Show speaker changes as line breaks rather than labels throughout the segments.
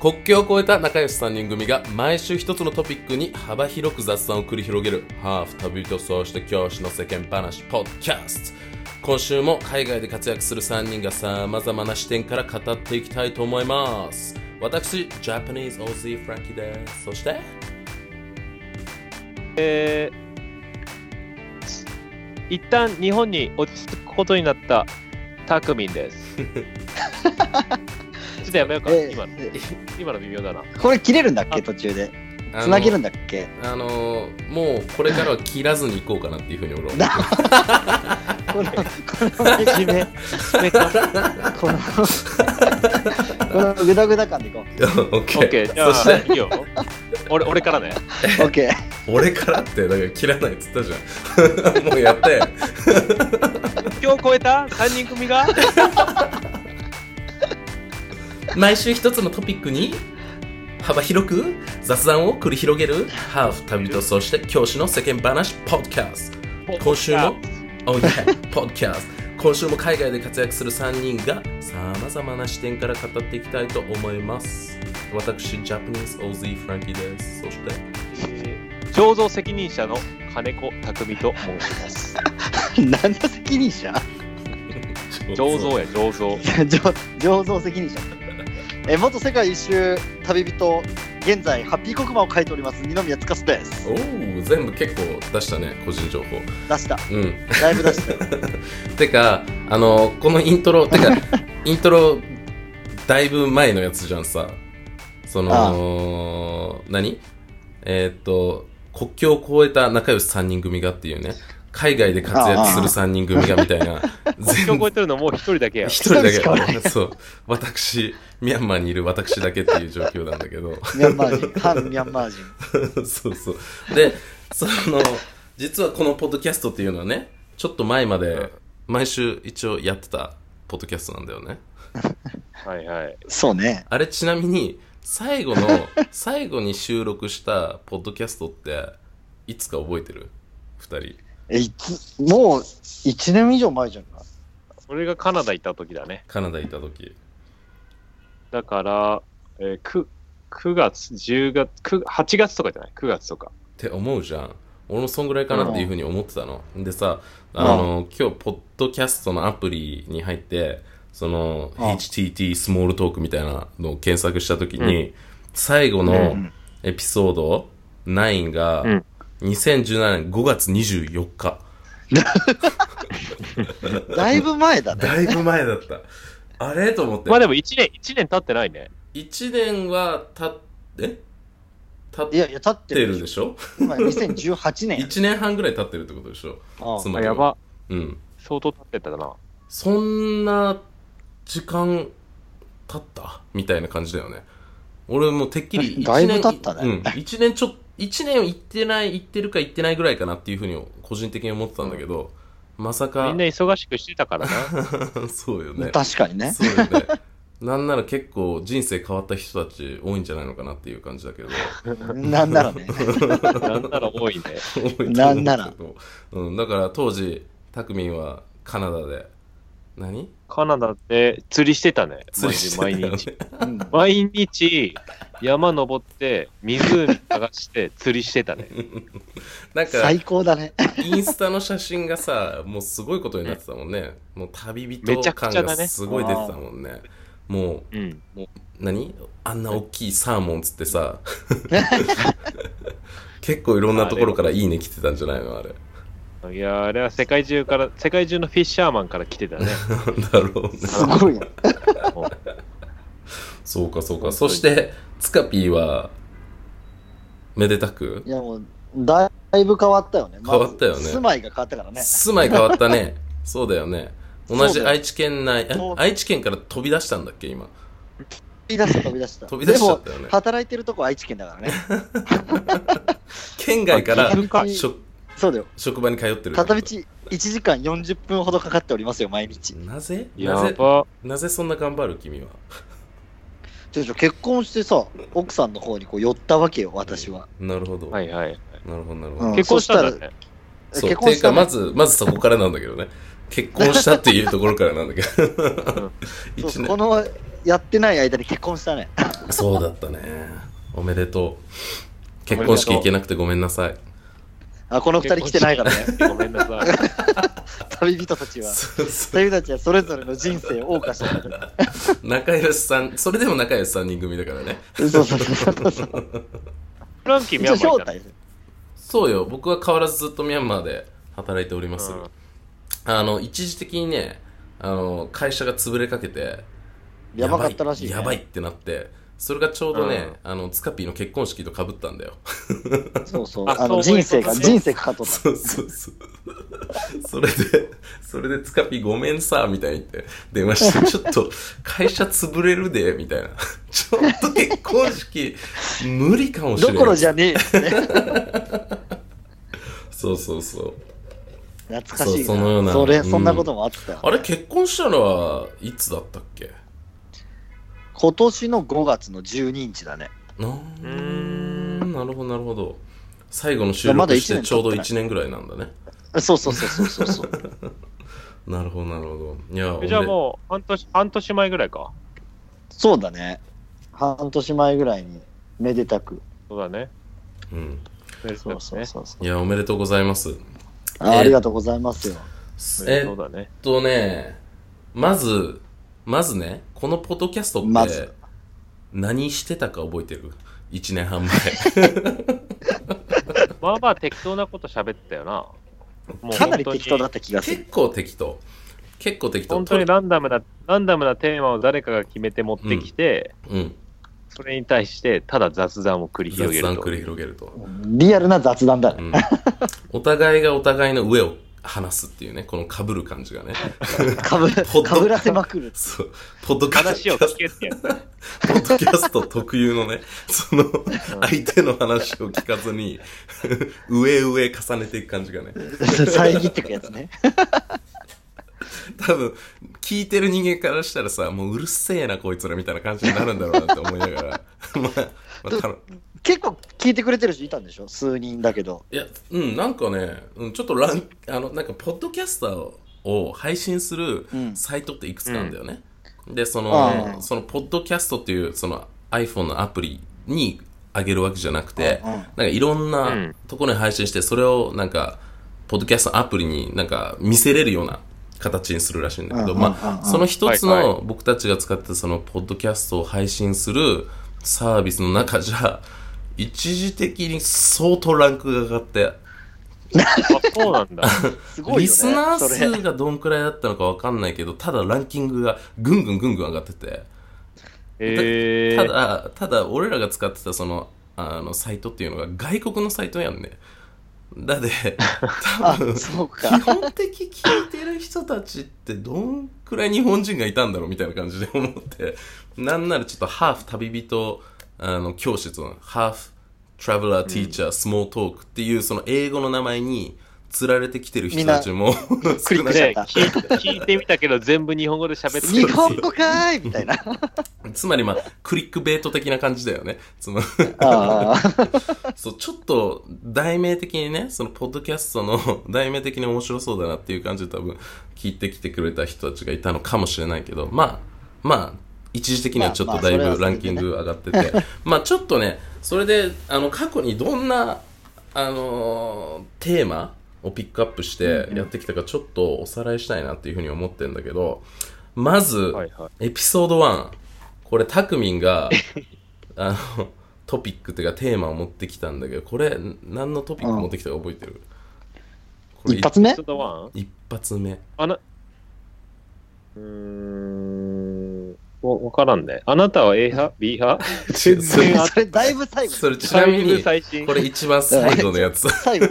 国境を越えた仲良し3人組が毎週一つのトピックに幅広く雑談を繰り広げるハーフ旅人そして教師の世間話ポッドキャスト今週も海外で活躍する3人がさまざまな視点から語っていきたいと思います私ジャパニーズ OZ フランキーですそして
えー一旦日本に落ち着くことになったタクミンです。ちょっとやめようか、
え
今の。
え
今の微妙だな。
これ切れるんだっ
あ
け途中で
あの
つなげるんだっけ
あのーもうこれからは切らずにいこうかなっていうふうに俺 は思う
このこの締め
締めか。
このこのグダグダ感でいこ
オッケー、じゃ
そして
あ、いいよ。俺俺からね。
う OK
俺からってだから切らないっつったじゃん もうやって
今日超えた3人組が
毎週一つのトピックに幅広く雑談を繰り広げるハーフ旅人そして教師の世間話ポッドキャスト今週も Oh yeah! ポッドキャスト今週も海外で活躍する3人がさまざまな視点から語っていきたいと思います私ジャパニーズ OZ フランキーですそして
えー醸造責任者の金子匠と申します。
何の責任者
醸造や醸造。
醸醸造責任者え元世界一周旅人現在ハッピー黒板を書いております二宮司です
おお全部結構出したね個人情報
出した
うん
だいぶ出したよ
てかあのこのイントロて かイントロだいぶ前のやつじゃんさその何えーっと国境を越えた仲良し3人組がっていうね海外で活躍する3人組がみたいな
国境を越えてるのもう一人だけや。
一人だ
一人しかおら
けそう私ミャンマーにいる私だけっていう状況なんだけど
ミャンマー 人反ミャンマー 人
そうそうでその実はこのポッドキャストっていうのはねちょっと前まで毎週一応やってたポッドキャストなんだよね
はいはい。
そうね
あれちなみに最後の最後に収録したポッドキャストっていつか覚えてる2人
えいつもう1年以上前じゃんか
それがカナダ行った時だね。
カナダいた時
だから、えー、く 9, 月、10月く、8月とかじゃない ?9 月と
っ
か。
て思うじゃん俺もそんぐらいかなっていうふうに思ってたの、でさあの、今日ポッドキャストのアプリに入ってその、
うん
HTT スモールトークみたいなのを検索した時に、
う
最後
う
の
ん
エピソード9が、
うん
2017年5月24日
だいぶ前だね
だいぶ前だった あれと思って
まあでも1年、一年経ってないね。
1年はたってたっ
いやいや経って
て
る
るでしょ
今2018年や
1年半ぐらい経ってるってことでしょ
ああ
つま
あ
りは
やば。
うん
相当経ってたな。
そんな時間経ったみたいな感じだよね俺もうてっきり
だいぶ経ったね
うん、1年ちょ一年行ってない行ってるか行ってないぐらいかなっていうふうに個人的に思ってたんだけど、まさ
み
か
んな忙しくしてたから な。
そうよね
確か にね
そうよねなんなら結構人生変わった人たち多いんじゃないのかなっていう感じ だけど
なんならね
なんなら多いね。
なんなら、
うん、だから当時たくみんはカナダで何
カナダで釣りしてたね。
釣りしてた
毎
よね
日。
うん
毎日、山登って、湖探して釣りしてたね。
なんか
最高 だね
インスタの写真がさもうすごいことになってたもんねもう旅人
めちゃく
感
ちゃ
が
だね
すごい出てたもんねも う
うん。
何あんな大きいサーモンつってさ結構いろんなところからいいね来てたんじゃないのあれ
いやーあれは世界中から、世界中のフィッシャーマンから来てたね。
だろうね
すごいね
もう
そうかそう
本当
か
に
そしてつかぴーはめでたく
いやもうだいぶ変わったよねまず
変わったよね
住まいが変わったからね
住まい変わったねそうだよね同
そ
じ
うだよ
愛知県内え
そう
愛知県から飛び出したんだっけ今
飛び出した飛び出した
飛び出しちゃっ
で
たよね
も働いてるとこは愛知県だからね
県外から
片道
しょ
そうだよ
職場に通ってる
片道1時間40分ほどかかっておりますよ毎日
なぜ
や
なぜ
ば。
なぜそんな頑張る君は
ちょちょ結婚してさ奥さんの方にこう寄ったわけよ私は
なるほど、
はいはい。
なるほどなるほど、
うん
結婚したんだ ね。
そう
結婚
てい
し
うか
た
ま
の
ずまずそこからなんだけどね結婚したっていうところからなんだけど
うん
そう
一
そ
年
うこのやってない間に結婚したね
そうだったねおめでとう結婚式行けなくてごめんなさい
あこの二人来てないからね、
ね。ごめんなさい。
旅人たちは。
そうそう
旅人たちはそれぞれの人生を謳歌してる。
仲良しさんそれでも仲良し3人組だからね
そうそうそうそう。
フランキー、ミ
一
ャ
応
ンマー行
招
った
待する。
そうよ僕は変わらずずっとミャンマーで働いております、
うん
あの一時的にねあの会社が潰れかけて
やばかったらしい、ね。
やばいやばいってなってそれがちょうどね、あのツカピーの結婚式とかぶったんだよ
そうそう。
あ
あの
そうい
人
うこと
生
ね
が、人生かかっとった。
そうそうそうそれでそれでツカピーごめんさみたいに言って電話 してちょっと会社潰れるでみたいな ちょっと結婚式無理かもしれ
ど
ん
ころじゃねえよね。
そうそうそう
懐かしいな。
そうそのような
それ、
うん
そんなこともあったよ。
あれ結婚したのはいつだったっけ
今年の5月の12日だね。
な
う
ー
ー
んなるほどなるほど最後の収
まだ
録
一
して
年
ちょうど
経ってな
1
い
年ぐらいなんだね
そうそうそうそうそう そう。
なるほどなるほどいや
えじゃあ
俺
もう半年、半年前ぐらいか。
そうだね。半年前ぐらいに、めでたく。
そうだね。
うん
そうそう
ね
そうそう。
いやおめでとうございます
あありがとうございますよ。
え
そう
っ
だね。
とねまずまずねこのポッドキャストっ
ま
て
ず
何してたか覚えてる1年 半前
まあまあ適当なこと喋ったよな。もう
かなり適当だった気がす
結
る。
構適当結構適当
本当に
と
ランダムな、ランダムなテーマを誰かが決めて持ってきて、
うん
それに対して、ただ雑談を繰り広げ
雑
る
談
と
繰。り広げると、
リアルな雑談だ
う
ね。
ん、お互いがお互いの上を話すっていうねこの被る感じがね
かぶ
ほっと
かぶらせまく る。
そう、ポッドキャス
話
ト、
を聞けってやつ。
ポッドキャスト特有のね、その、相手の話を聞かずに、上上重ねていく感じがね、
遮ってくやつね。
多分、聞いてる人間からしたらさ、もううるせえなこいつらみたいな感じになるんだろうなって思いながら、 まあ、まあ、たの
結構聞いてくれてる人いたんでしょ数人だけど。
いや、うん、なんかね、うん、ちょっとラン、あの、なんか、ポッドキャスターを配信する
うん
サイトっていくつかあるんだよね。で、そ
あ
の、
あ
その、ポッドキャストっていう、その iPhone のアプリに上げるわけじゃなくて、
うんうん
なんかいろん
う
なんところに配信して、それをなんか、ポッドキャストのアプリになんか見せれるような形にするらしいんだけど、
うん
ま
うんうん
あ、
うん
その一つ
はい
の僕たちが使ってたその、ポッドキャストを配信するサービスの中じゃ、一時的に相当ランクが上がって、
あ、そうなん だ。
すごいよね。
リスナー
それ。
数がどんくらいだったのかわかんないけど、ただランキングがぐんぐんぐんぐん上がってて、
え
た
ー、
だ、ただ俺らが使ってたその、あの、サイトっていうのが外国のサイトやんね。だ で、多
あ、
分、
そう
基
か。
本的聞いてる人たちってどんくらい日本人がいたんだろうみたいな感じで思って、なんならちょっとハーフ旅人、あの、教室の、ハーフ、トラベラー、ティーチャー、スモートークっていうその英語の名前に、釣られてきてる人たちも
クリ
少
ッ
な
ク
く
しちゃっ
ね、
た。
聞い聞いてみたけど、全部日本語で喋って
日
る。
本語かーいみたいな。
つまりまあ、クリックベイト的な感じだよね。その、
ああ。
そう、ちょっと、題名的にね、その、ポッドキャストの 題名的に面白そうだなっていう感じで多分、聞いてきてくれた人たちがいたのかもしれないけど、まあ、まあ、一時的にはちょっとだい
まあま
ぶ
あそれ
ラ
は
ンキング上がってて、 まあ、ちょっとね、それで、あの、過去にどんな、あのーテーマをピックアップしてやってきたかちょっとおさらいしたいなっていうふうに思ってるんだけど、まず、
はいはい。
エピソード1これたくみん があのトピックというかテーマを持ってきたんだけどこれ何のトピック持ってきたか覚えてる、これ
一発目
ちょっとワン
一発目
あな、うーん、わわからんね。あなたは A 派 ?B 派全
それ
然あ
それだいぶ最後。
それちなみ
タイミング
に
最新
こ。れ一番最後のやつ
最後。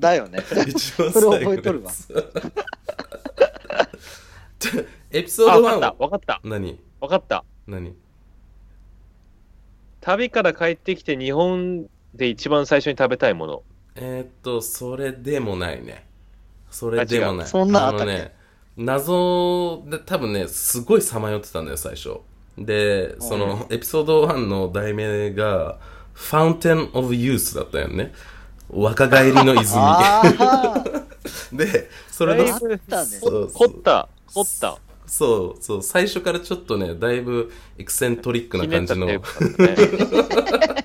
だよね。
一番最後のやつ
それ覚え とるわ
エピソー
あ、
ド1
わかった
は、
わかった、
何
わかった。
何
旅から帰ってきて日本で一番最初に食べたいもの。
えーっとそれでもないねそれでもな
あ違
いう
そんなあ
あ
った
の
っけ
ね謎で多分ねすごいさまよってたんだよ最初でそのエピソード1の題名が「Fountain of Youth」だったよね若返りの泉
ああ。
でそ
だ
れ
い
の
あったね
そう
ぶ凝った、凝った。
そうそう最初からちょっとねだいぶエクセントリックな
ひねっ
感
た
じ
って
の
いうことだね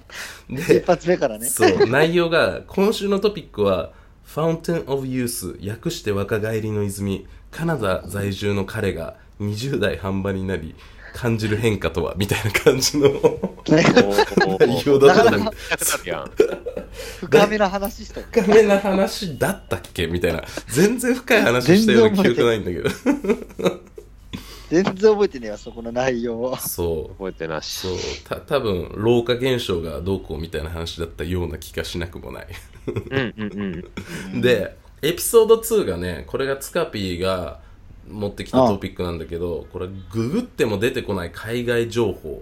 で
一発目からね。
そう、内容が、今週のトピックは、Fountain of Youth、略して若返りの泉、カナダ在住の彼が20代半ばになり、感じる変化とは、みたいな感じの
おー
内容だった
なか
ん
な
だ
か
やん
深めな話したよ。
深めな話だったっけみたいな。全然深い話したような記憶ないんだけど。
全然覚えてねえわ、そこの内容を。
そう。
覚えてなし
そうた多分老化現象がどうこうみたいな話だったような気がしなくもない
うんうんうん
で、エピソード2がね、これがツカピーが持ってきたトピックなんだけど、これ、ググっても出てこない海外情報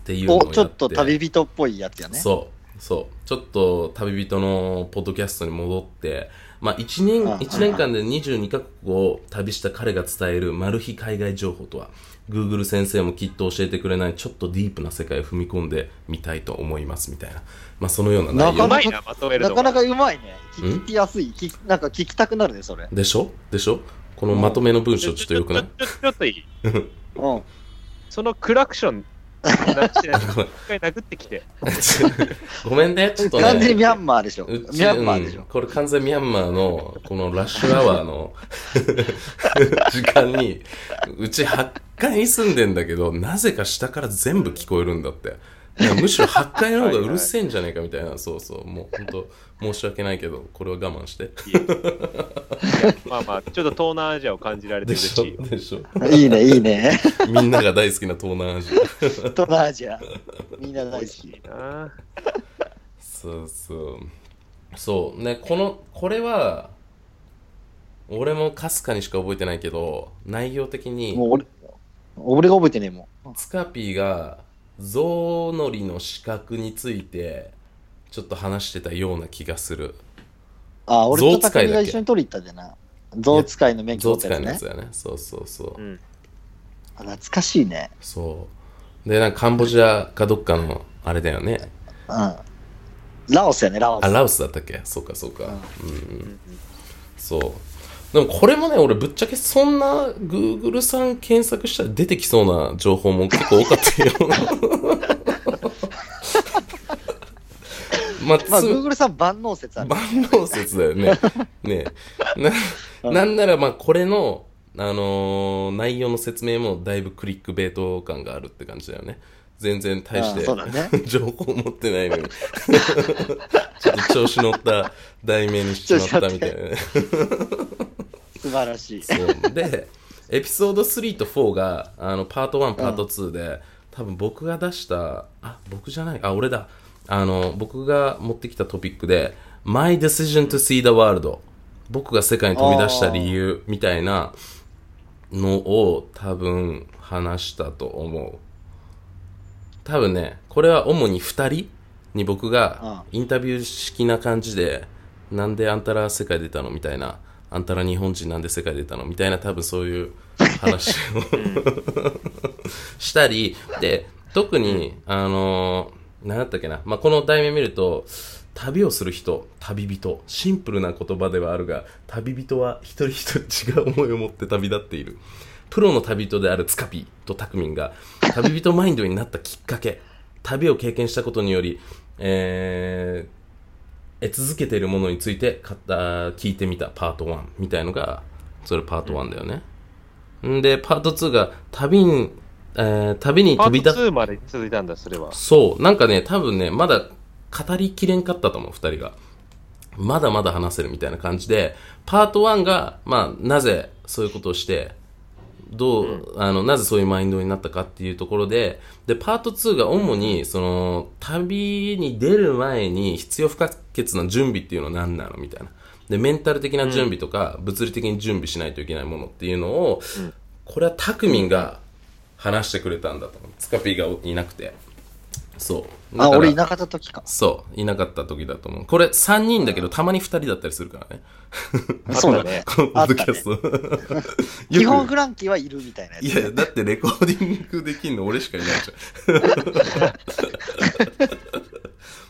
っていうのをやっ
お、
て
ちょっと旅人っぽいやつやね。
そう、そう。ちょっと旅人のポッドキャストに戻って、まあ1
あ
年、一年間で22カ国を旅した彼が伝えるマル秘海外情報とは、Google 先生もきっと教えてくれないちょっとディープな世界を踏み込んでみたいと思いますみたいな。まあそのような内
う
容
まいなまとめる
な
の
か
が
なかうまいね。聞
ん
きやすい。聞きなんか聞きたくなるね、それ。
でしょでしょこのまとめの文章ちょっとよ くない
ちょちょちょっといい
うん。
そのクラク ション 鳴らしてない一
ごめん
回殴ってきて
ごめんね、ちょっと
完全に
ね。
ミャンマーでしょ。ミ
うち
ャンマーでし
うん
ょ。
これ完全ミャンマーのこのラッシュアワーの 時間にうち8階に住んでんだけどなぜか下から全部聞こえるんだってだからむしろ8階の方がうるせえんじゃねえかみたいなそうそうもう本当申し訳ないけどこれは我慢して
いやまあまあちょっと東南アジアを感じられて
で
嬉
し
し
ょ
いよ
でしょ
いいね、いいね。
みんなが大好きな東南アジア
東南ア ジア。みんな大
美
好
味
き。
しいな
そうそうそうねこのこれは俺もかすかにしか覚えてないけど内容的
も
に
う俺、俺が覚えてねえもん。
ツカピーがゾウノリの資格についてちょっと話してたような気がする
あ、俺
象
と
使いだっけ
匠が一緒に取り行ったじゃな。象使いの免許
ゾ
持
ウ
って
使
る
いのや
ね
つ。だよねそうそうそう、
うん
あ懐かしいね。
そうでなんかカンボジアかどっかのあれだよね
うん。ラオスやね、ラオス
あ。ラオスだったっけそうかそうかうんうん
うん
そう。でもこれもね、俺ぶっちゃけそんな Google さん検索したら出てきそうな情報も結構多かったよ。まあ、つ
まあ、Google さん万能説ある。
万能説だよね。ねななんならまあこれの、あのー内容の説明もだいぶクリックベイト感があるって感じだよね。全然大し
あ
て
そうだね
情報持ってないのに。 ちょっと調子乗った題名にしてしまったみたいなね。
素晴らしい。
そうでエピソード3と4があのパート1パート2で、多分僕が出したあ僕じゃないあ俺だあの僕が持ってきたトピックで「My Decision to See the World」僕が世界に飛び出した理由みたいなのを多分話したと思う多分ねこれは主に2人に僕がインタビュー式な感じで、なんであんたら世界出たのみたいなあんたら日本人なんで世界出たのみたいな多分そういう話をしたりで特にあの何だったっけな、まあ、この題名見ると旅をする人旅人シンプルな言葉ではあるが旅人は一人一人違う思いを持って旅立っているプロの旅人であるツカピーとタクミンが旅人マインドになったきっかけ旅を経験したことにより、えー、え続けているものについてかった聞いてみたパート1みたいのがそれパート1だよね、ん、でパート2が旅に、えー旅に
パ
飛び
ート
立
2まで続いたんだそれは
そうなんかね多分ねまだ語りきれんかったと思う2人がまだまだ話せるみたいな感じでパート1が、まあ、なぜそういうことをしてどう、あの、なぜそういうマインドになったかっていうところで、で、パート2が主に、その、旅に出る前に必要不可欠な準備っていうのは何なのみたいな。で、メンタル的な準備とか、物理的に準備しないといけないものっていうのを、これはタクミンが話してくれたんだと思う。ツカピーがいなくて。そう。だ
あ、
から
俺いなかった時か。
そう、いなかった時だと思う。これ3人だけど、たまに2人だったりするからね。
そうだね。
このポ
あ
ッ
った
ドキ
ね
ャスト。 よく
基本フランキーはいるみたいなやつ
い。や、だってレコーディングできんの俺しかいないじゃん。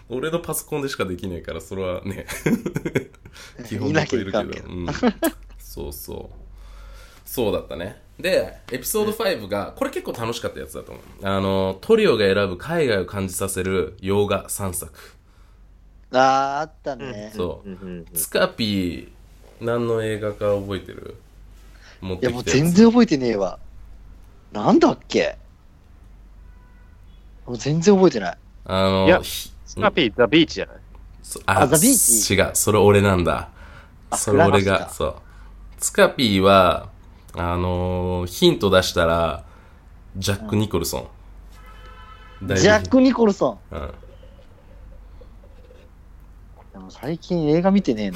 俺のパソコンでしかできないから、それは ね、基本
いなきゃいかんけど
うん、そうそう。そうだったねでエピソード5がこれ結構楽しかったやつだと思うあのトリオが選ぶ海外を感じさせる洋画3作
あああったね、
そうん
んん
スカピー何の映画か覚えてる持っ
い
て
やもう
きたや
全
つ
然覚えてねえわなんだっけもう全然覚えてない
あの
いや
ひ
スカピー、ザ・ビーチじゃない
そあ
あザビーチ
違うそれ俺なんだ
あ
それ俺
フラガ
が
シだ
そうスカピーはあのーヒント出したらジャック・ニコルソン、だいぶ
ジャック・ニコルソン
うん
でも最近映画見てね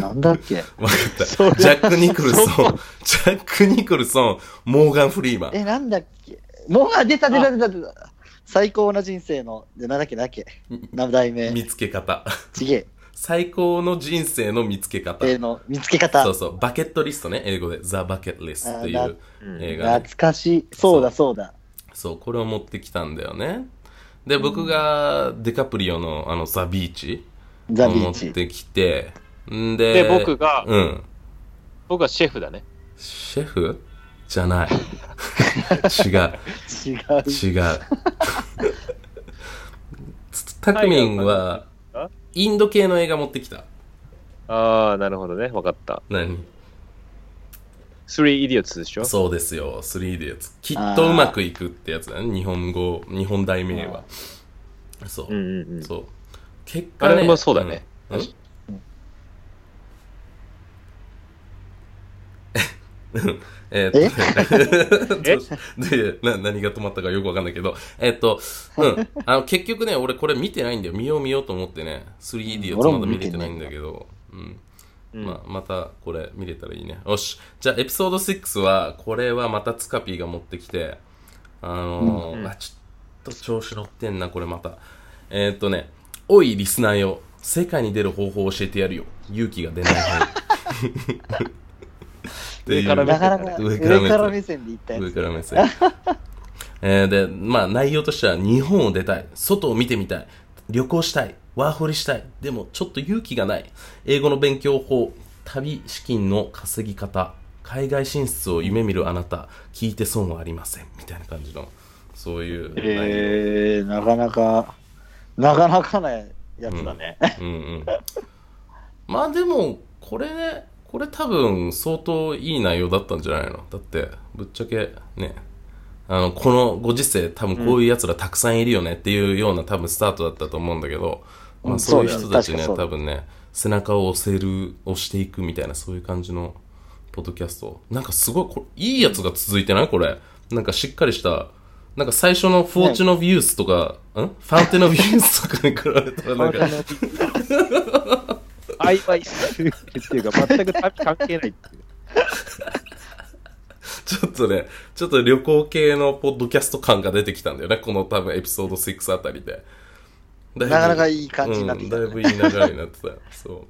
ななんだっけ
わか った。
それ
ジャック・ニコルソン
そ、
ジャック・ニコルソン、モーガン・フリーマン。
えなんだっけもうあ出た出た出た出た最高な人生のでなんだっけなんだっけ名題名
見つけ方。
ちげえ
最高の人生の見つけ方。
えーの見つけ方
そうそう、バケットリストね、英語で。ザ・バケットリストってい
あー
う映画、ね
懐。かしいそうだそうだ
そう、これを持ってきたんだよね。で、僕がデカプリオのあのザ・ビーチ
ザ・
を
ビ
持
ー
っ
チ
てきて、んで、
で、僕が、
うん。
僕はシェフだね。
シェフじゃ ない。違う。
違う
違 う。つタクミンは
あ、
インド系の映画持ってきた。
ああ、なるほどね。わかった。
何
スリー・イディオッツでしょ
そうですよ、3でやつ。きっとうまくいくってやつだね、日本語、日本題名は。そうう、
んうんうん。
そう。結果
あ
ね。
れもそうだね。
うん。うんえ
え
ーっと
え
でな何が止まったかよくわかんないけど、えーっと、うん、あの結局ね、俺これ見てないんだよ。見よう見ようと思ってね、3 d を
俺
ま
も
だ見
見て
れてな
ない
いん
んだ
だけど、うん
うん
まあ、またこれ見れたらいいね。よし、じゃあエピソード6は、これはまたツカピーが持ってきて、あのー
うん
あ、ちょっと調子乗ってんな、これまた。えーっとね、おいリスナーよ、世界に出る方法を教えてやるよ。勇気が出ない方法。っていう
上から目
な
線
かなか
上
上
から目線
から目線で言ったや
上
つ
から目線。 えーで、まあ内容としては日本を出たい、外を見てみたい、旅行したい、ワーホリしたい、でもちょっと勇気がない、英語の勉強法、旅資金の稼ぎ方、海外進出を夢見るあなた、聞いて損はありません、みたいな感じの、そういう内容。
えー、なかなかなかなかなやつだね、
うんうん、まあでも、これね、これ多分相当いい内容だったんじゃないのだって、ぶっちゃけね、あの、このご時世多分こういう奴らたくさんいるよねっていうような多分スタートだったと思うんだけど、ま
う
あ
ん
そういう
そうだ
人
よ
たちね、
確かそうだ
多分ね、背中を押せる、押していくみたいなそういう感じのポッドキャスト。なんかすごい、これいいやつが続いてないこれ。なんかしっかりした、なんか最初のフォーチュン・オブ・ユースとか、んファウンテン・オブ・ユースとかに比べたらなんか、
アイバイするっていうか、全く旅関係ないっていう。
ちょっとね、ちょっと旅行系のポッドキャスト感が出てきたんだよね。この多分エピソード6あたりで。な
なかなかいい感じになってきたね
うん。だいぶいい流れになっ てたよ。そ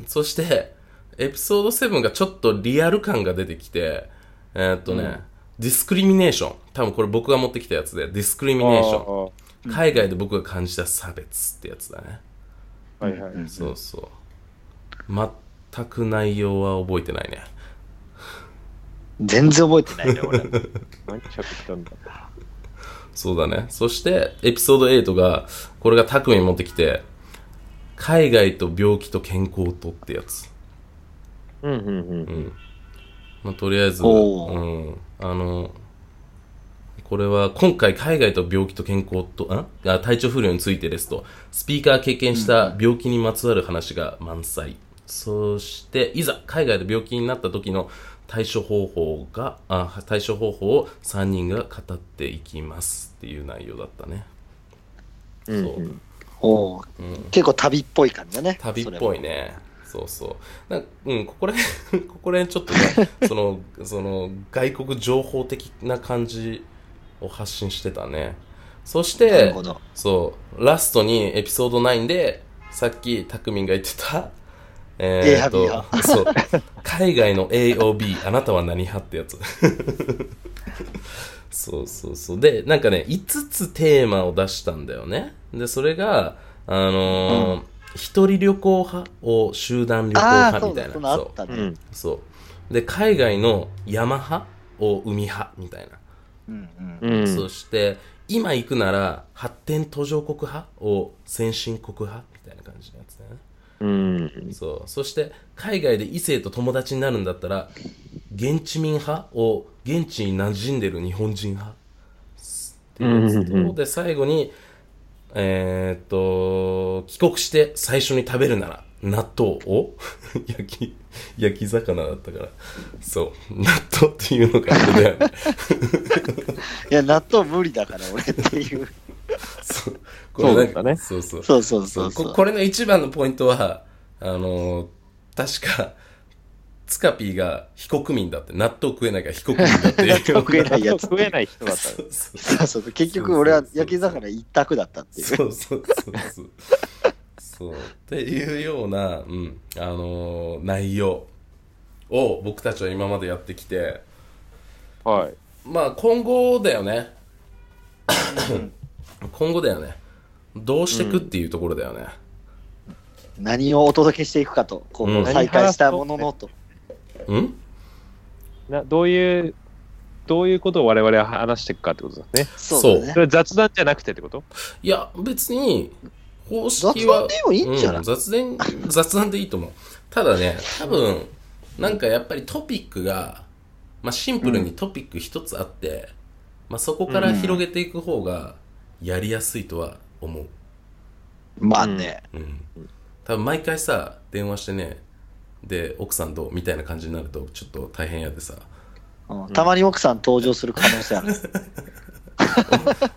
う。そして、エピソード7がちょっとリアル感が出てきて、えーっとね、ディスクリミネーション。多分これ僕が持ってきたやつで、ディスクリミネーション。
あ
海外で僕が感じた差別ってやつだね。
あはいはい。
そうそう。全く内容は覚えてないね。
全然覚えてないね俺
何喋ったんだ
そうだね。そして、エピソード8が、これがタクミン持ってきて、海外と病気と健康とってやつ。
うんうんうん。
まあ、とりあえず、う
おー
ん。あの、これは今回海外と病気と健康と、んあ体調不良についてですと、スピーカー経験した病気にまつわる話が満載。そして、いざ海外で病気になった時の対処方法が、あ対処方法を3人が語っていきますっていう内容だったね。
うん
そう
うん
おー結構旅っぽい感じだね
旅っぽいねそうそうなんかうんここら辺 ここら辺ちょっと ねそのその外国情報的な感じを発信してたねそし
それもなる
て
ほど
そうラストにエピソード9でさっきたくみんが言ってた
エ
え
イ
ー
ハ
っと
ビー
そう海外の AOB あなたは何派ってやつ そうそうそうでなんかね5つテーマを出したんだよねでそれがあのー一人旅行派を集団旅行
ああ、
派
そ
み
う
たい
だ、
な
そんなあった
う
ね。
ん。
そうで海外の山派を海派みたいな、
うんうん
う。ん。
そして今行くなら発展途上国派を先進国派みたいな感じのやつだよね
うん。
そうそして海外で異性と友達になるんだったら現地民派を現地に馴染んでる日本人派っていうやつと
うんうんうん
で最後にえーっと帰国して最初に食べるなら納豆を 焼き焼き魚だったからそう納豆っていうのがあれだよね
いや、納豆無理だから、俺って いう。
そうこれなん
そうだ
か
ね
そうそう
そうそう
そ
そうう
こ
そう。
これの一番のポイントはあのー確かツカピーが非国民だって納豆食えないから非国民だっていう
納豆食えないやつ。
食えない人だった
そうそう
そうそう。結局、俺は焼き魚一択だったっていう。
そうそうそうそうそうっていうような、うんあのー内容を僕たちは今までやってきて
ら。はい。
まあ今後だよね今後だよねどうしてくっていうところだよね、
何をお届けしていくかと、こ
うん
う再開したもののと。
うん
などういう、どういうことを我々は話していくかってことだね。
そうだね
そ。れは雑談じゃなくてってこと
いや、別に、方式
雑
は
談。でもいいんじゃない
うん、雑談、雑談でいいと思う。ただね、多分、なんかやっぱりトピックが、まあシンプルにトピック一つあって、まあそこから広げていく方が、やりやすいとは思う。
まあね。
うん。多分毎回さ、電話してね、で、奥さんどうみたいな感じになると、ちょっと大変やでさ、
うんたまに奥さん登場する可能性ある。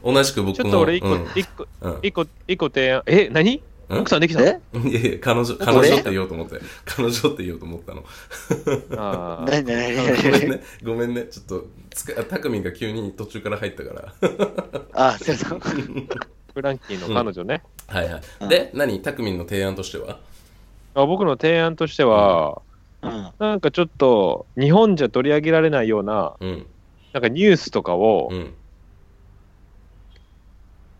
同じく僕も。
ちょっと俺一個、
うん
一個、
うん
一個、一個提案。え、何
うん
奥さんできた
え
の
いやいや、彼女、彼女って言おうと思って、彼女って言おうと思ったの。
あー
何何
ごめん
何
ね、ごめんね、ちょっとつか、たくみんが急に途中から入ったから。
あ、そうそう。
フランキーの彼女ね。
はいはい。で、何たくみんの提案としては
あ僕の提案としては、
うん。
なんかちょっと日本じゃ取り上げられないような、
うん、
なんかニュースとかを
うん、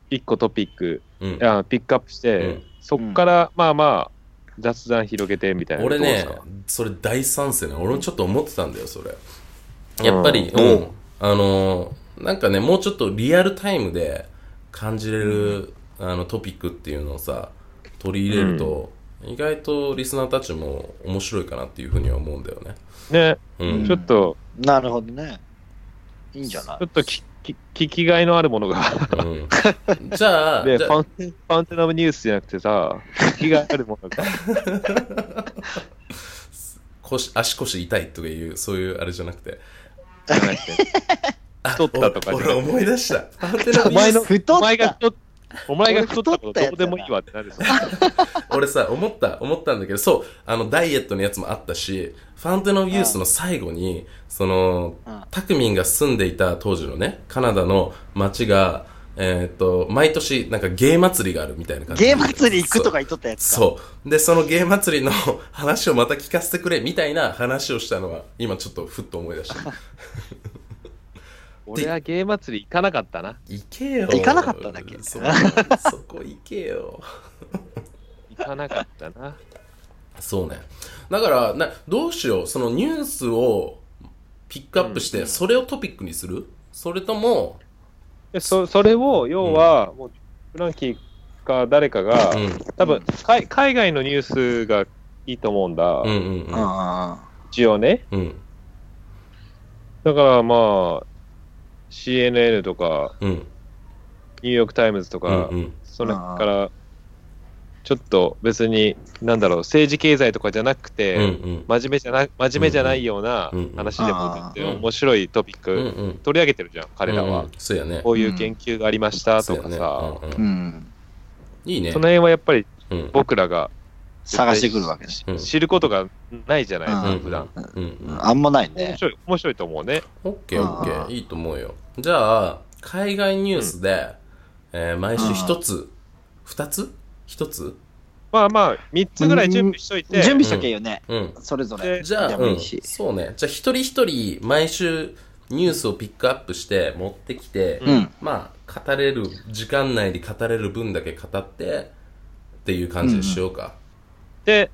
一個トピック、
うん。
あピックアップして、
うん
そっからまあまあ雑談広げてみたいな。
俺ね
どうですか、
それ大賛成ね。俺もちょっと思ってたんだよ、それ。やっぱり、
う
うんん。あのー、なんかね、もうちょっとリアルタイムで感じれる、あの、トピックっていうのをさ、取り入れると、意外とリスナーたちも面白いかなっていうふうには思うんだよね。
ね、
うん。
ちょっと、
なるほどね。いいんじゃない
ちょっときき聞きがいのあるものが、
うん、じゃあ、
で
じゃ
フ
あ
ァンファンテナムニュースじゃなくて さ、聞きがいあるものが、
腰足腰痛いとかいうそういうあれじゃなくて
じゃなく て、
あ
太ったとか
お
じ
俺
ゃなくて
思い出した パーテ
お前の
太
お
っ
前が
た
太っお前が太ったこ
俺太
と
ったや
どう
つだな
でもいいわってなるさ。
俺さ思った思ったんだけどそうあのダイエットのやつもあったしファンテノユースの最後にその
うん
タクミンが住んでいた当時のねカナダの町がえーっと毎年なんかゲイ祭りがあるみたいな感じ
ゲーム祭り行くとか言っとったやつか。
そう。で、そのゲー祭りの 話をまた聞かせてくれみたいな話をしたのは、今ちょっとふっと思い 出した。
俺はゲー祭り行かなかったな。
行けよ。
行かなかっただけ
そうそこ行けよ。
行かなかったな。
そうね。だから、などうしよう。そのニュースをピックアップして、それをトピックにするそれとも、
でそそれを、要は、もうフランキーか誰かが、
うん、
多分海海外のニュースがいいと思うんだ、
うんうん
うんうんうん。
一応ね。
うん。うん
だからまあ、CNN とか、
うん
ニューヨーク・タイムズと
う
か、
ん
それから、ちょっと別に、なんだろう、政治経済とかじゃなくて、
うんうん
真面目じゃな真面目じゃないような
うんうん
話でも全
うん
然面白いトピッ
うん
ク
うん
取り上げてるじゃん、彼らは、
うんうんそうやね
こういう研究がありました
そ
と
うや
か
ね
さ、
うん
う
うん
ん。
いいね
その辺はやっぱり
うん
僕らが
探してくるわけです。
うん
知ることがないじゃないですか、
うん
普段。
うんうん
あんまないね
面。白い面白いと思うね。
オッケーオッケ
あ
ー
ー
いいと思うよじゃあ海外ニュースで、えー毎週一つ二つ一つ
まあまあ、3つぐらい準備しといて、
準備しとけよね。
うん
それぞ
で
れ。
じゃ
で
あ、
も
う
い
ん、
いし。
そうね。じゃあ、一人一人、毎週、ニュースをピックアップして、持ってきて、
うん。
まあ、語れる、時間内に語れる分だけ語って、っていう感じでしようか。
で、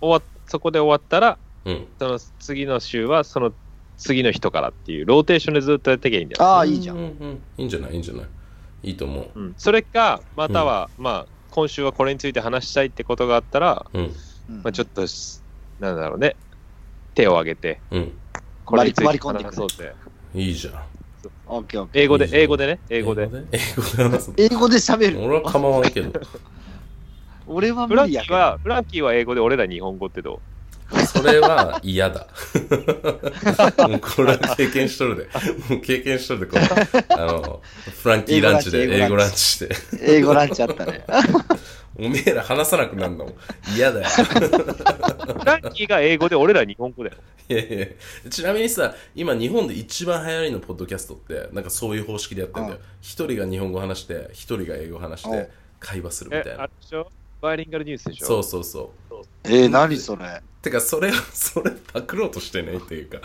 終わそこで終わったら、
うん。
その次の週はその次の人からっていう、ローテーションでずっとやっていけばいいんだよ。
ああ、いいじゃ。
うんんうん。いいんじゃないいいんじゃないいいと思う。
うん、それか、または、まあ、今週はこれについて話したいってことがあったら、
うん。
まあ、ちょ
っ
っとし、なんだろうね、手を挙げて、
うん。
これについ
割
て
り込んでいく
話そうぜ。
いいじゃん。
と。オッケーオッケ
英語で
いい、じゃん
英語でね、英語で。
英語で話す。
ー。英語で喋る。
俺は構わないけど。
俺は
フ
無
ラン
理
キ
や
ー
けど。
は、フランキーは英語で、俺ら日本語ってど
それは嫌 だ。もうこれは経験しとるで。もう経験しとるで、この、あの、フランキーランチで英
英
語
語
ラ
ラ
ン
ン
チして。
英語ランチあっ たね。
おめえら話さなくなるの嫌 だよ。
うフランキーが英語で、俺ら日本語だよ。
いやいやちなみにさ、今日本で一番流行りのポッドキャストって、なんかそういう方式でやってんだよ。一人が日本語話して、一人が英語話し
うん
て、会話するみ
え
たい、
あ
な
れ。でしょバイリンガルニュースでしょ
そうそうそう。
えー、何それ。
てかそれを それパクろうとしてないっていうか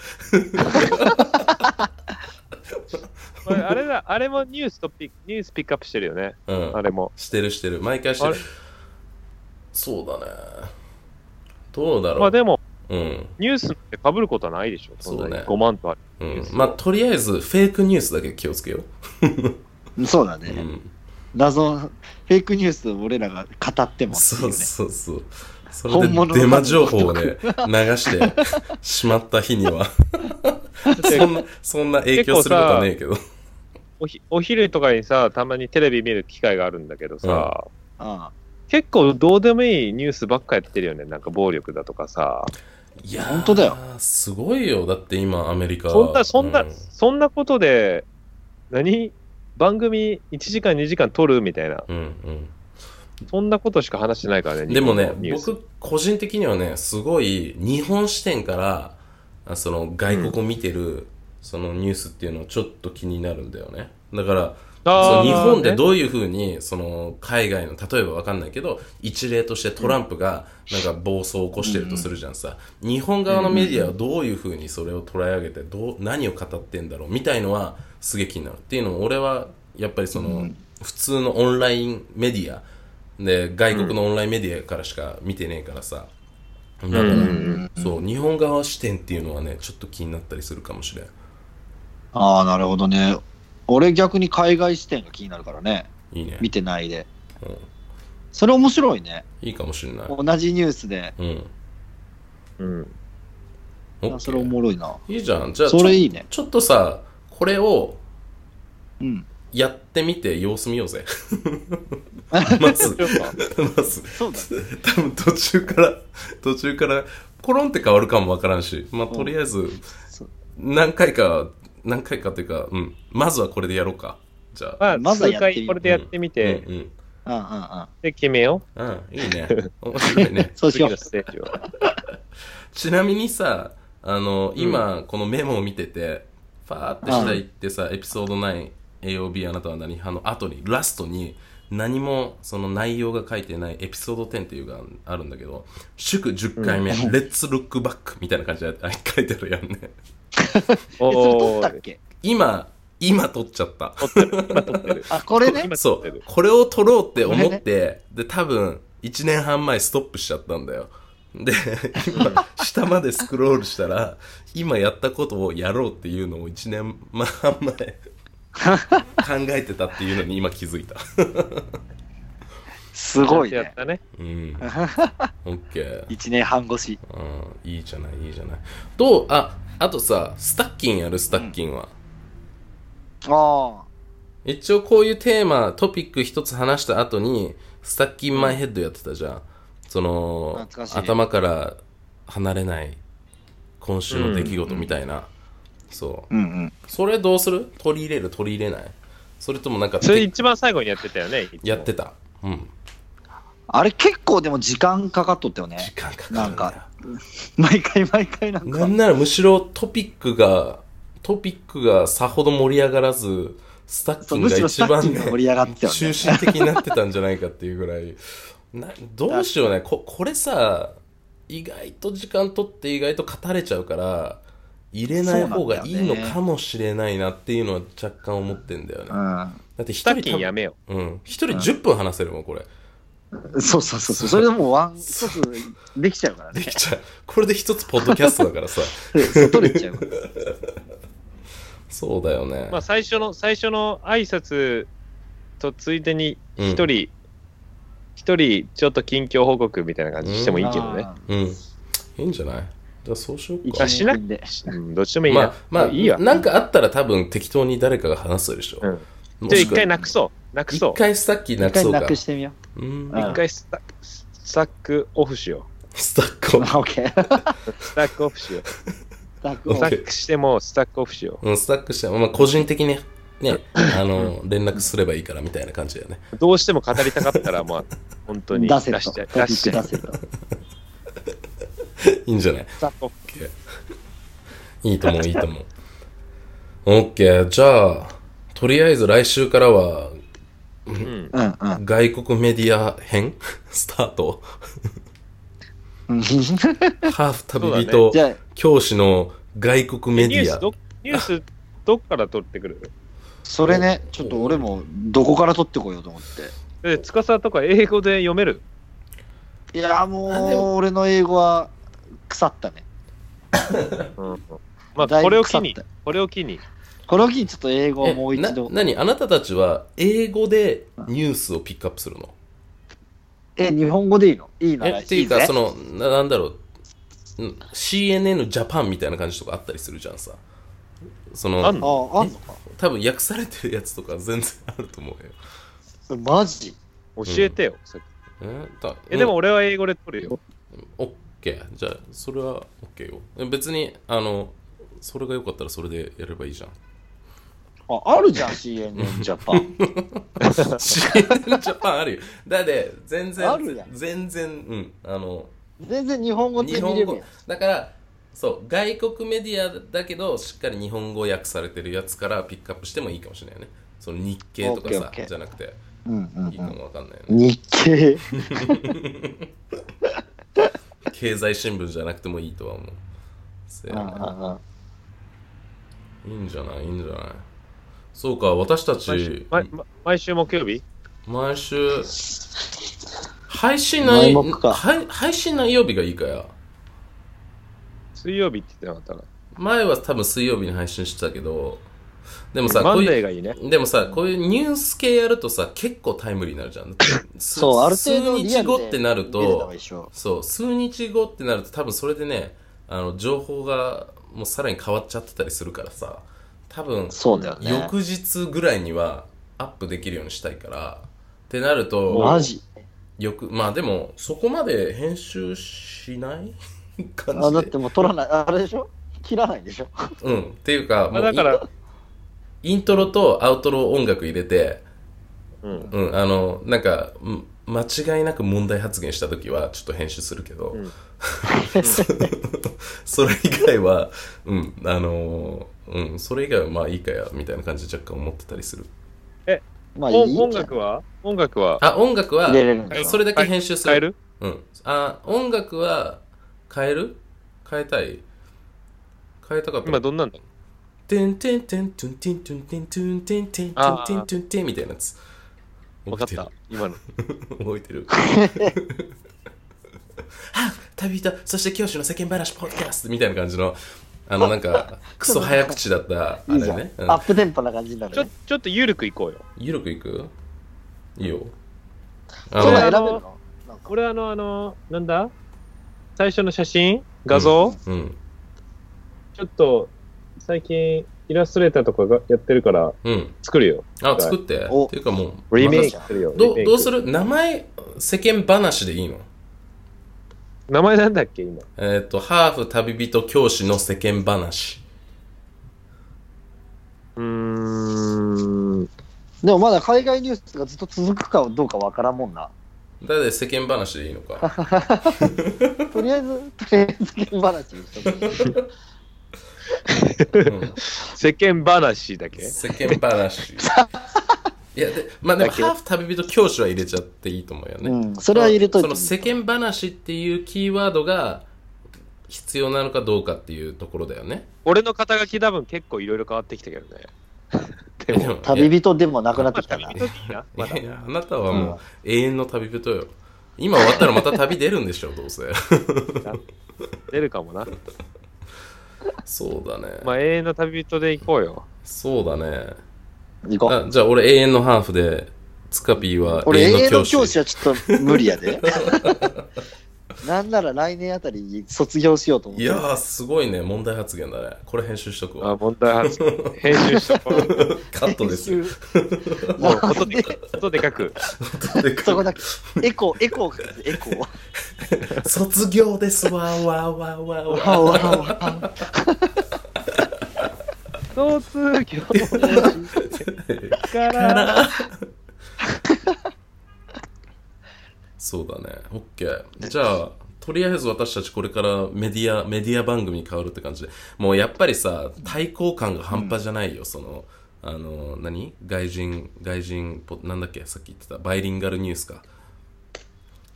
まああれだ、あれもニュースとピック、ニュースピックアップしてるよね。
うん
あれも。
してるしてる毎回して
あ
る
れ
そうだねどうだろう、
まあでも、
うん、
ニュースって被ることはないでしょ。
そうね
5万とある。
う
ニュー
ん、
ス
まあとりあえずフェイクニュースだけ気をつけよ
そうだ
う、う
ね。
ん、
謎、フェイクニュースを俺らが語ってもってい
そうう
ね。
そうそうそれ
本
で
物の
デマ情報をね流してしまった日にはそんなそんな影響することはねえけど
おひお昼とかにさ、たまにテレビ見る機会があるんだけどさ、
あ
結構どうでもいいニュースばっかやってるよね。なんか暴力だとかさ。
いやー
本当だよ
すごいよだって今アメリカ
そんな、そんな、
う
そんなことで、何番組1時間2時間撮るみたいな。
うんうん
そんなことしか話してないからね。
でもね
日本のニュー、ス
僕、個人的にはね、すごい、日本視点から、あその、外国を見てる、そのニュースっていうのはちょっと気になるんだよね。だから、その
あー
日本で
ね
どういうふうに、その、海外の、例えばわかんないけど、一例としてトランプが、なんか暴走を起こしてるとするじゃんさ。日本側のメディアはどういうふうにそれを捉え上げて、どう、何を語ってんだろう、みたいのは、すげえ気になる。っていうのも、俺は、やっぱりその、
うん
普通のオンラインメディア、で外国のオンラインメディアからしか見てねえからさ、だから、
うん
そう日本側視点っていうのはねちょっと気になったりするかもしれん
ああ、なるほどね。俺逆に海外視点が気になるからね。
いいね、
見てないで。
うん、
それ面白いね。
いいかもしれない
同じニュースで。
うん
うん。
オッケー
それおもろいな。
いいじゃんじゃあちょ
それいいね。
ちょっとさこれを
うん。
やってみて様子見ようぜ まず
そうか
まず
そうだね。
多分途中から途中からコロンって変わるかもわからんしまあ
うん
とりあえず
そう
何回か何回かというか、うん、まずはこれでやろうかじゃあ
まあ、
まずは
数
やってみ
回これでやってみて、
うんうん
うんうんうん。
で、決めよ
うん、いいね。面白いね。
そうし
次
よ
の
う。
ステージ は。
ちなみにさ、あの、今、このメモを見てて、ファーって下行ってさ、エピソード9、AOB あなたは何派の後に、ラストに、何もその内容が書いてないエピソード10っていうのがあるんだけど、祝10回目、レ
うん
ッツルックバックみたいな感じであ書いてあるやんね。
お
え、それ撮
お
ったっけ
今、今撮っちゃった。
撮ってる。今撮ってる。
あ、これね。
今撮
そ
ってる
う。。これを撮ろうって思って、で、多分、1年半前ストップしちゃったんだよ。で、 今、下までスクロールしたら、今やったことをやろうっていうのを1年半 前、考えてたっていうのに今気づいた。
すごい
やっ
ね。
たね。
うん。 オッケー。
1年半越し。
うん、いいじゃない、いいじゃない。どう、あ、あとさ、スタッキンやる、スタッキンは。
あ
一応こういうテーマ、トピック一つ話した後に、スタッキンマイヘッドやってたじゃん。その、
懐かしい
頭から離れない今週の出来事みたいな。そ
あ。うんうん。
う。それどうする取り入れる取り入れないそれともなんか、
それ一番最後にやってたよね。いつも
やってた。うん。
あれ結構でも時間かかっとったよ
時
ね。
間かかる
なんか毎回毎回なん
な
か
ん。ならむしろトピックが、トピックがさほど盛り上がらず、スタッキ
そう
ン
む
が
しろス
一
タッキ
番
ー
ね
が、盛り上がってたよ
中
ね。
心的になってたんじゃないかっていうぐらい などうしようねここれさ意外と時間取って意外と語れちゃうから入れない方がいいのかもしれないなっていうのは若干思ってんだよね
うん。
だって一
スタ
人
ッキンやめよ
うん、一人10分話せるもんこれ
そうそうそうそう。それでもうワン一つできちゃうか ら
で
ね
き。ちゃうこれで一つポッドキャストだからさ
そう取れちゃうから。
そうだよね、
まあ、最初の、最初の挨拶とついでに、
うん
一人、一、人、ちょっと近況報告みたいな感じしてもいいけどね。
あ
うんいいんじゃないじゃあそうしよう
ー。
か
あしなく
一年で。
うん、どっちでもいい
ま
や
あ。まあ
いいや。
なんかあったら多分適当に誰かが話すでしょ、
うん
も
じゃ
し
あ一
く
回
は
なくそう。なくそう
一。回さっきな
一
く
回
そう
な
か
くしてみよう。
うん
うん
一回スタスタックオフしよ
スタックを
あオッケー。
う。スタックオフしよう。
ダーク
オッ
オ
ス
ケ
タ
ー
ー
バー
ックしてもスタックオフしよ
うん、スタックして、まあ、個人的にね、あの、連絡すればいいからみたいな感じだよね。
う。どうしても語りたかったら、まあ、本 当に
出せ
出
と。
しちゃう。
ト
出
ピ
し
ッ
ちゃ
ク
う。
出せと。
いいんじゃない
スタックオフ。
いいと思う、いいと思う。OK、じゃあ、とりあえず来週からは、
うん。
うんうん。
外国メディア編 スタート。
うんじ
ハーフ旅人、
そ
ゃ あ、
教師の外国メ
ニ
デ
ュー
ィ
ス
ア。
ど、ニュースどっから取ってくる
それね、ちょっと俺もどこから取ってこようと思っ
え、つかさとか英語で読める
て。いや、
あでも
もう俺の英語は腐ったね。
うん。まあ、
だいぶ
これを機に
腐っ、
これを機に。
これを機にちょっと英語を
え
もう一度
な。何あなたたちは英語でニュースをピックアップするの
え、日本語でいいのいいの
えっていうか、
ぜ
そのな、なんだろう、うん CNN ジャパンみたいな感じとかあったりするじゃんさ。その、
あんの
あ、あんのか
多分訳されてるやつとか全然あると思うよ。
マジ
教えてよ。さっき
えだ
え、でも、俺は英語で取るよ。
オッケー。じゃあ、それはオッケーよ。え別に、あの、それが良かったらそれでやればいい じゃん。
あ、あるじゃん、CNN ジャ パン。
CNN ジャパンあるよ。だって、全然、
あるやん
全然、うん、あの、
全然日本語で
日
見
本
れる
語
やん。
だからそう外国メディアだけどしっかり日本語訳されてるやつからピックアップしてもいいかもしれないよねその日経とか
オッケー
さ
オッケー
じゃなくて
うんう
いいか
ん
もわかんないよ
う
ね
ん。日経。
経済新聞じゃなくてもいいとは思うせ
うん
や
うんうん
ねいいんじゃないいいんじゃないそうか私た
毎週
ち
毎毎毎週木曜日
毎週配信内
前目か
配配信内曜日がいいかや
水曜日って言ってなかっ
前は多分水曜日に配信してたけどでも
た
さ
な。
こ
マ
うい
ン
う
デーがいいね。
でもさ、こういうニュース系やるとさ、結構タイムリーになるじ ゃん。す
そう、ある程度リア
数日
ルで
後ってなる
見れたら
と、
一緒
そう、数日後ってなると、多分それでね、あの情報がもうさらに変わっちゃってたりするからさ、多分
そうだよね。
翌日ぐらいにはアップできるようにしたいから、ってなると、
マジ
よく、まあでも、そこまで編集しない 感
あ、だっ
じ
て
で。
もう取らない、あれでしょ切らないでしょ
うん、っていうか、
ま
も
あ、
う
だから、
イントロとアウトロ音楽入れて、
うん。
うん、あの、なんか、うん間違いなく問題発言したときは、ちょっと編集するけど、
うん
それ以外は、うん、あのーうん、それ以外はまあいいかや、みたいな感じで若干思ってたりする。
まあいい
音
じゃ
音
ん
楽は音楽は
あ、音楽は
入、れれるんでしょ
それだけ編集す
使
る。
える
うん。あ、音楽は、変える変えたい変えたかった。
今どんなんだ
てんてんてんてんてんてんてんてんてんてんてんてん
あー
てんてんてんみたいなやつ。
分かった。今の。
覚えて る。はあ、旅人、そして教師の世間話ポッドキャストみたいな感じの、あのなんか、クソ早口だった、あ
い
れ
いじゃん。
ね。
アップテンポな感じにな
ちょ
るね。
ちょっと緩くいこうよ。
ゆるくいくいいよ。
そ
あの
れは選べるのなんか
俺あの、あの、なんだ最初の写真画像、
うん
うん。
ちょっと、最近、イラストレーターとかがやってるから、
うん。
作るよ。
あ、作って。
お
っていうかもう、
リメイ
ま
ク
だ
するよ。
ど
リメイ
う
ク
どうする名前、世間話でいいの
名前なんだっけ今。
えっ、と、ハーフ旅人教師の世間話。
うーん。
でもまだ海外ニュースがずっと続くかどうかわからんも んな。
だって世間話でいいの か。
とりあえず、とりあえず現話にしとく。
うん
世間話だけ
世間 話いやでまあでも
だけ
ハーフ旅人教師は入れちゃっていいと思うよね、
うん、それは入れといて
その世間話っていうキーワードが必要なのかどうかっていうところだよね
俺の肩書き多分結構いろいろ変わってきたけどね。で
でも
も、
旅人でもなくなってきた
ま
な
あ旅。人でいいな。まだ
いやいやあなたはもう永遠の旅人よ今終わったらまた旅出るんでしょどう せ
出るかもな。
そうだね、
まあ、永遠の旅人で行こうよ。
そうだね
行こう。
あじゃあ俺永遠のハーフでツカピーは
俺、永遠の教
師
師はちょっと無理やで。 なんなら来年あたりに卒業しようと思っ
い
てる。
やーすごいね問題発言だねこれ編集しとく
あ
わ
問題発生編集したこ
カットですよ
なん
うこと
で
で、ことで書く。
そこだけ、エコ、エコ、エコ。
卒業ですわーわーわーわーわー
わわわ
卒業 から。
そうだね。オッケー。じゃあ、とりあえず私たちこれからメディア、メディア番組に変わるって感じで。もうやっぱりさ、対抗感が半端じゃないよ、その、あの、何外人、外人ポ、なんだっけさっき言ってた、バイリンガルニュースか。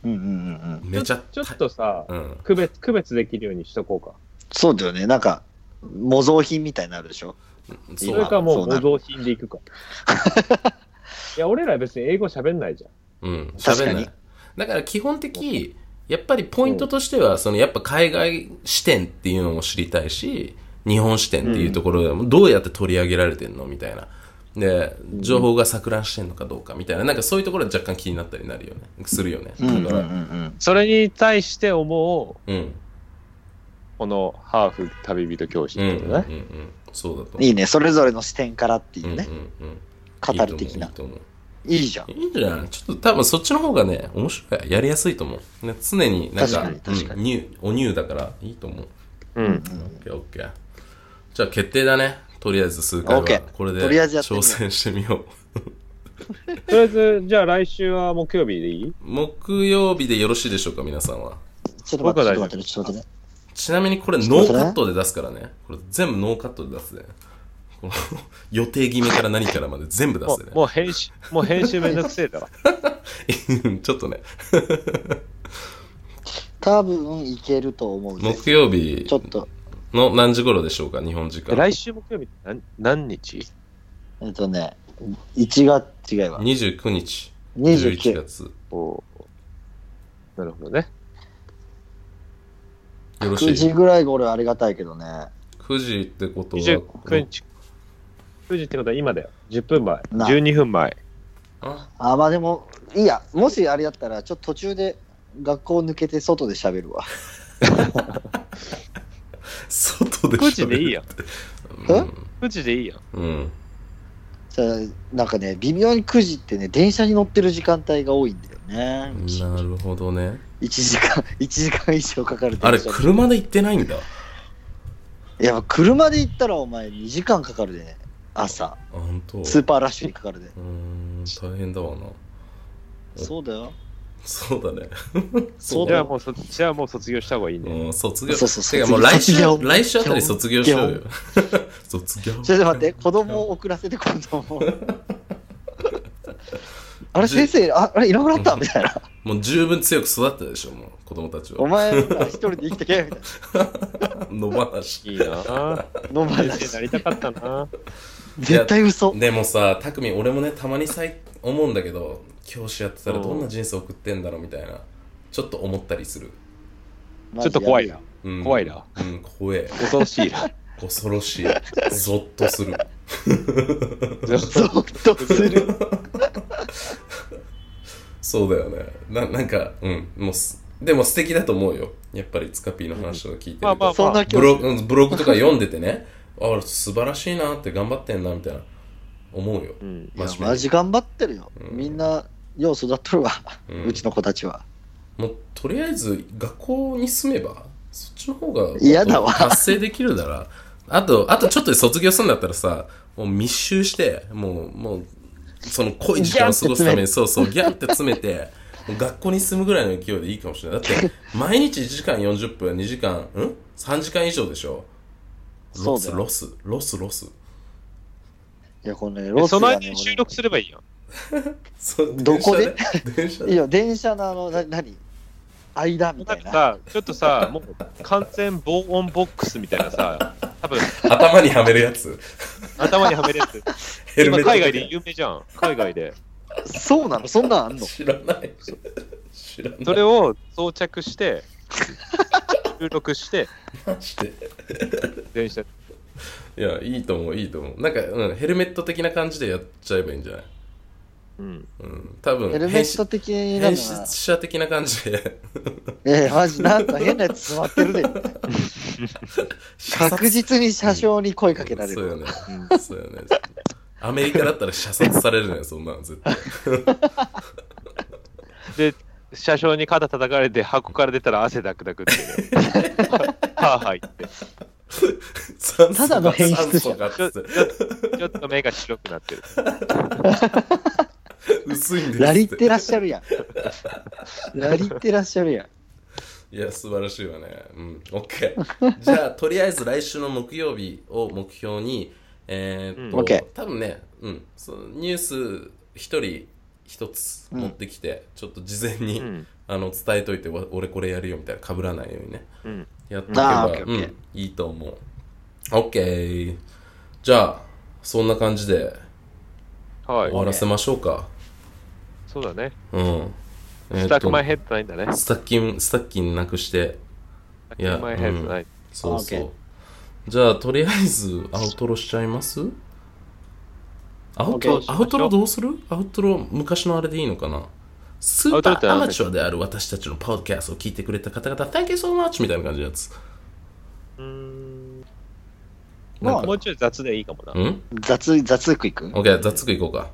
うんうんうんうん。
めちゃ、
ちょっとさ、
うん。
区別、区別できるようにしとこうか。
そうだよね。なんか、模造品みたいになるでしょ。
そ
そうれ
だ。
かも
そうう
模
なる
造品でいく か。いや、俺ら別に英語喋んないじゃん。
うん。
確
喋
か
んな
に
い。だから基本的、やっぱりポイントとしては、そのやっぱ海外視点っていうのも知りたいし、日本視点っていうところでもどうやって取り上げられてんのみたいな。で、情報が錯乱してんのかどうかみたいな、なんかそういうところは若干気になったりなるよね。するよね。
うんうんう
だ
んう
から、
ん。
それに対して思う、
うん。
このハーフ旅人教師
う
っ
ん。うん。
ていううんの
う
ね。
んそうだと思う。
いいね。それぞれの視点からっていう
うんうん
ね。
うん。
語る的ない
い。と思う。
いいじゃん。
いいんじゃないちょっと多分そっちの方がね、面白い。やりやすいと思う。ね常になんか、
確かに確か
うんニューおニューだからいいと思う。
うん。
オッケーオッケーじゃあ決定だねとりあえず数回は
オッケー
これで
とりあえずやってみよ
挑
う
戦してみよ
とりあえず、じゃあ来週は木曜日でいいう
木曜日でよろしいでしょうか皆さんは
ちょっと待って、ちょっ
僕
と
は大
待
丈
って、ちょっと待ってね。
ちなみにこれノーカットで出すからねこれ全部ノーカットで出すねこの予定決めから何からまで全部出
も
すね
うもう編集、もう編集めんどくせえだわ。
うん ちょっとね
多分いけると思うぜ。
木曜日
ちょっと、
の何時頃でしょうか日本時
え
間
来週木曜日って何何日
えっとね、1月、違いは。
29日11
29。
月
おなるほどね。
よろし
9時
い
ぐらいが俺はありがたいけどね。
9時ってこと
29
は
日。9時ってことは今だよ。10分前。
な
12分前。
あ
あ、まあでも、いいや、もしあれやったら、ちょっと途中で学校抜けて外で喋るわ。
外で
9時でいいやん。
うん
9時でいいやん。
うん
じゃあなんかね、微妙に9時ってね、電車に乗ってる時間帯が多いんだよね。
なるほどね
1時間、一時間以上かかる電 車
あれ、車で行ってないんだ。
いや、車で行ったらお前2時間かかるでね。朝。
あ、本当。う
スーパーラッシュにかかるで。
ーん、大変だわな。
そうだよ。
そうだね。
そう
じゃ
だ
あ
よ。
もうそ、じゃあもう卒業した方がいいね。
うん、卒業。
そうそう
てかもう来週
卒業、
来週あたり卒業しようよ。 卒業。
ちょっと待って、子供を送らせてこんと 思う。あれ、先生、ああれ、いなくなったみたいな。
もう十分強く育ったでしょ、もう、子供たち
お
は。
前、一人で生きてけみたい
野放し。
いいなぁ。
な。飲ま
先
な
生になりたかったな
絶対嘘。
でもさ、たくみん、俺もね、たまにさい思うんだけど、教師やってたらどんな人生送ってんだろうみたいな、ちょっと思ったりする。
ちょっと怖いな。。
うん、
怖いな。
うん、怖え。
恐ろしいな。
恐ろしい。ゾッとする。
ゾッとする。
そうだよね。ななんか、うん、もうす、でも素敵だと思うよ。やっぱりツカピーの話を聞いてると、
まあまあ
そんな
ブロ
教
グブログとか読んでてね、あ素晴らしいなって頑張ってんなみたいな、思うよ。
うん。
いや
真面目
マジ頑張ってるよ。
うん
みんな、よう育っとるわ。
うん
うちの子たちは。
もうとりあえず学校に住めば、そっちの方が
嫌だわ
達成できるなら、あと、あとちょっとで卒業するんだったらさ、もう密集して、もう、もう、その濃い時間を過ごすために、そうそう、ギャンって詰めて、もう学校に住むぐらいの勢いでいいかもしれない。だ って、毎日1時間40分、2時間、ん ?3 時間以上でしょ
そ
ロ
うだ
ス、
よ
ロス、ロス、ロス。
いや、このね、ロス
その
が
間
ね
に、収録すればいいやん。
そう
どこで
電車
俺いいよ、電車のあの、な、なに間みた
なん
い
か
な。
さ、ちょっとさ、もう完全防音ボックスみたいなさ、多分
頭にはめるやつ。
頭にはめるやつ。
ヘルメ
今
ット。
海外で有名じゃん。海外で。
そうなのそんなんあんの
知らない。知らない。
それを装着して、収録して、
マジで。
電車。
いや、いいと思う、いいと思う。なんか、うん、ヘルメット的な感じでやっちゃえばいいんじゃない
うん。
うん、多分
ヘルメット的
編集
なの
編
は
集者的な感じで
ええマジなんか変なやつ座って るで確実に車掌に声かけられ
そう
る
よね、そうよねアメリカだったら射殺されるねそんなの絶対
で、車掌に肩叩かれて、箱から出たら汗だくだくって いうね。はぁはぁ言って。
ただの変質
酸
者
素が酸素が
ちょっと目が白くなってる。
薄いんです
ラリってら
っ
っしゃるやんラリってらっしゃるやん
いや素晴らしいわねうん OK じゃあとりあえず来週の木曜日を目標にえー、っと、
うん OK
多分ね、うん、そのニュース一人一つ持ってきて、ちょっと事前に、
うん。
あの伝えといてわ俺これやるよみたいなかぶらないようにね
うん。
やっていけば、
あーオッケー
う
オッケー
ん、いいと思う OK じゃあそんな感じで
はい
終。わらせましょうか、
そうだね。
うんえーっと
スタックマイヘッドないんだね。
スタッキンスタッキンなくして
スタ
いや
ックマイヘッドない。
そうそ
あ
う
OK
じゃあとりあえずアウトロしちゃいますアウトロ
OK
アウトロどうするアウトロ昔のあれでいいのかなスーパ
アウトロって
ー
あ
ア
の
マチュアである私たちのポッドキャストを聞いてくれた方々 Thank you so much みたいな感じのやつ
うーん。
まあ
なんか
もうちょい雑でいいかもな。
うん
雑雑くいく
?OK、雑くいこうか。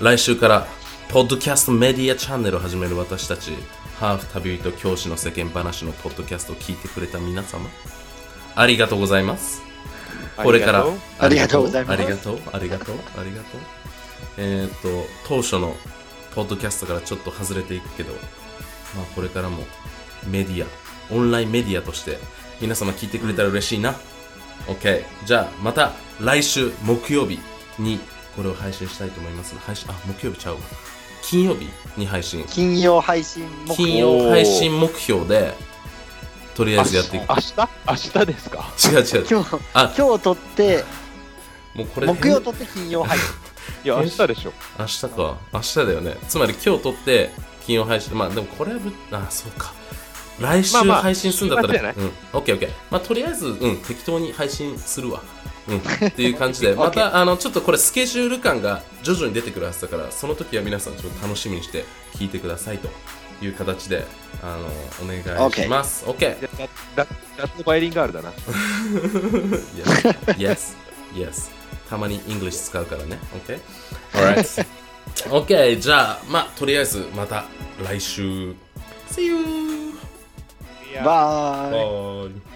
来週から、ポッドキャストメディアチャンネルを始める私たち、ハーフ旅人教師の世間話のポッドキャストを聞いてくれた皆様、ありがとうございます。これから
ありがとうございます
ありがとうありがとうありがとうえーっ、と当初のポッドキャストからちょっと外れていくけど、まあ、これからもメディアオンラインメディアとして皆様聞いてくれたら嬉しいな、OK じゃあまた来週木曜日にこれを配信したいと思います配信あ木曜日ちゃうわ金曜日に配信
金曜配信目標
金曜配信目標でとりあえずやっていく
明日明日ですか
違う違う
今日
あ
今日撮って
もうこれ
木曜撮って金曜配信
いや、明日でしょ。
明日か明日だよねつまり今日撮って金曜配信まあでもこれはぶあそうか来週
まあまあ
配信するんだったら、
週末じ
うんオッケーオッケーまあとりあえずうん適当に配信するわうんっていう感じで
オ
ま
ッケー
たあのちょっとこれスケジュール感が徐々に出てくるはずだからその時は皆さんちょっと楽しみにして聞いてくださいという形であのお願いしますオッケー
いやだだ雑バイリンガールだな。
yes, yes. たまに English 使うからね。OK? Alright. OK, じゃあ、まあ、とりあえずまた来週。See you!
いや
Bye.
Bye.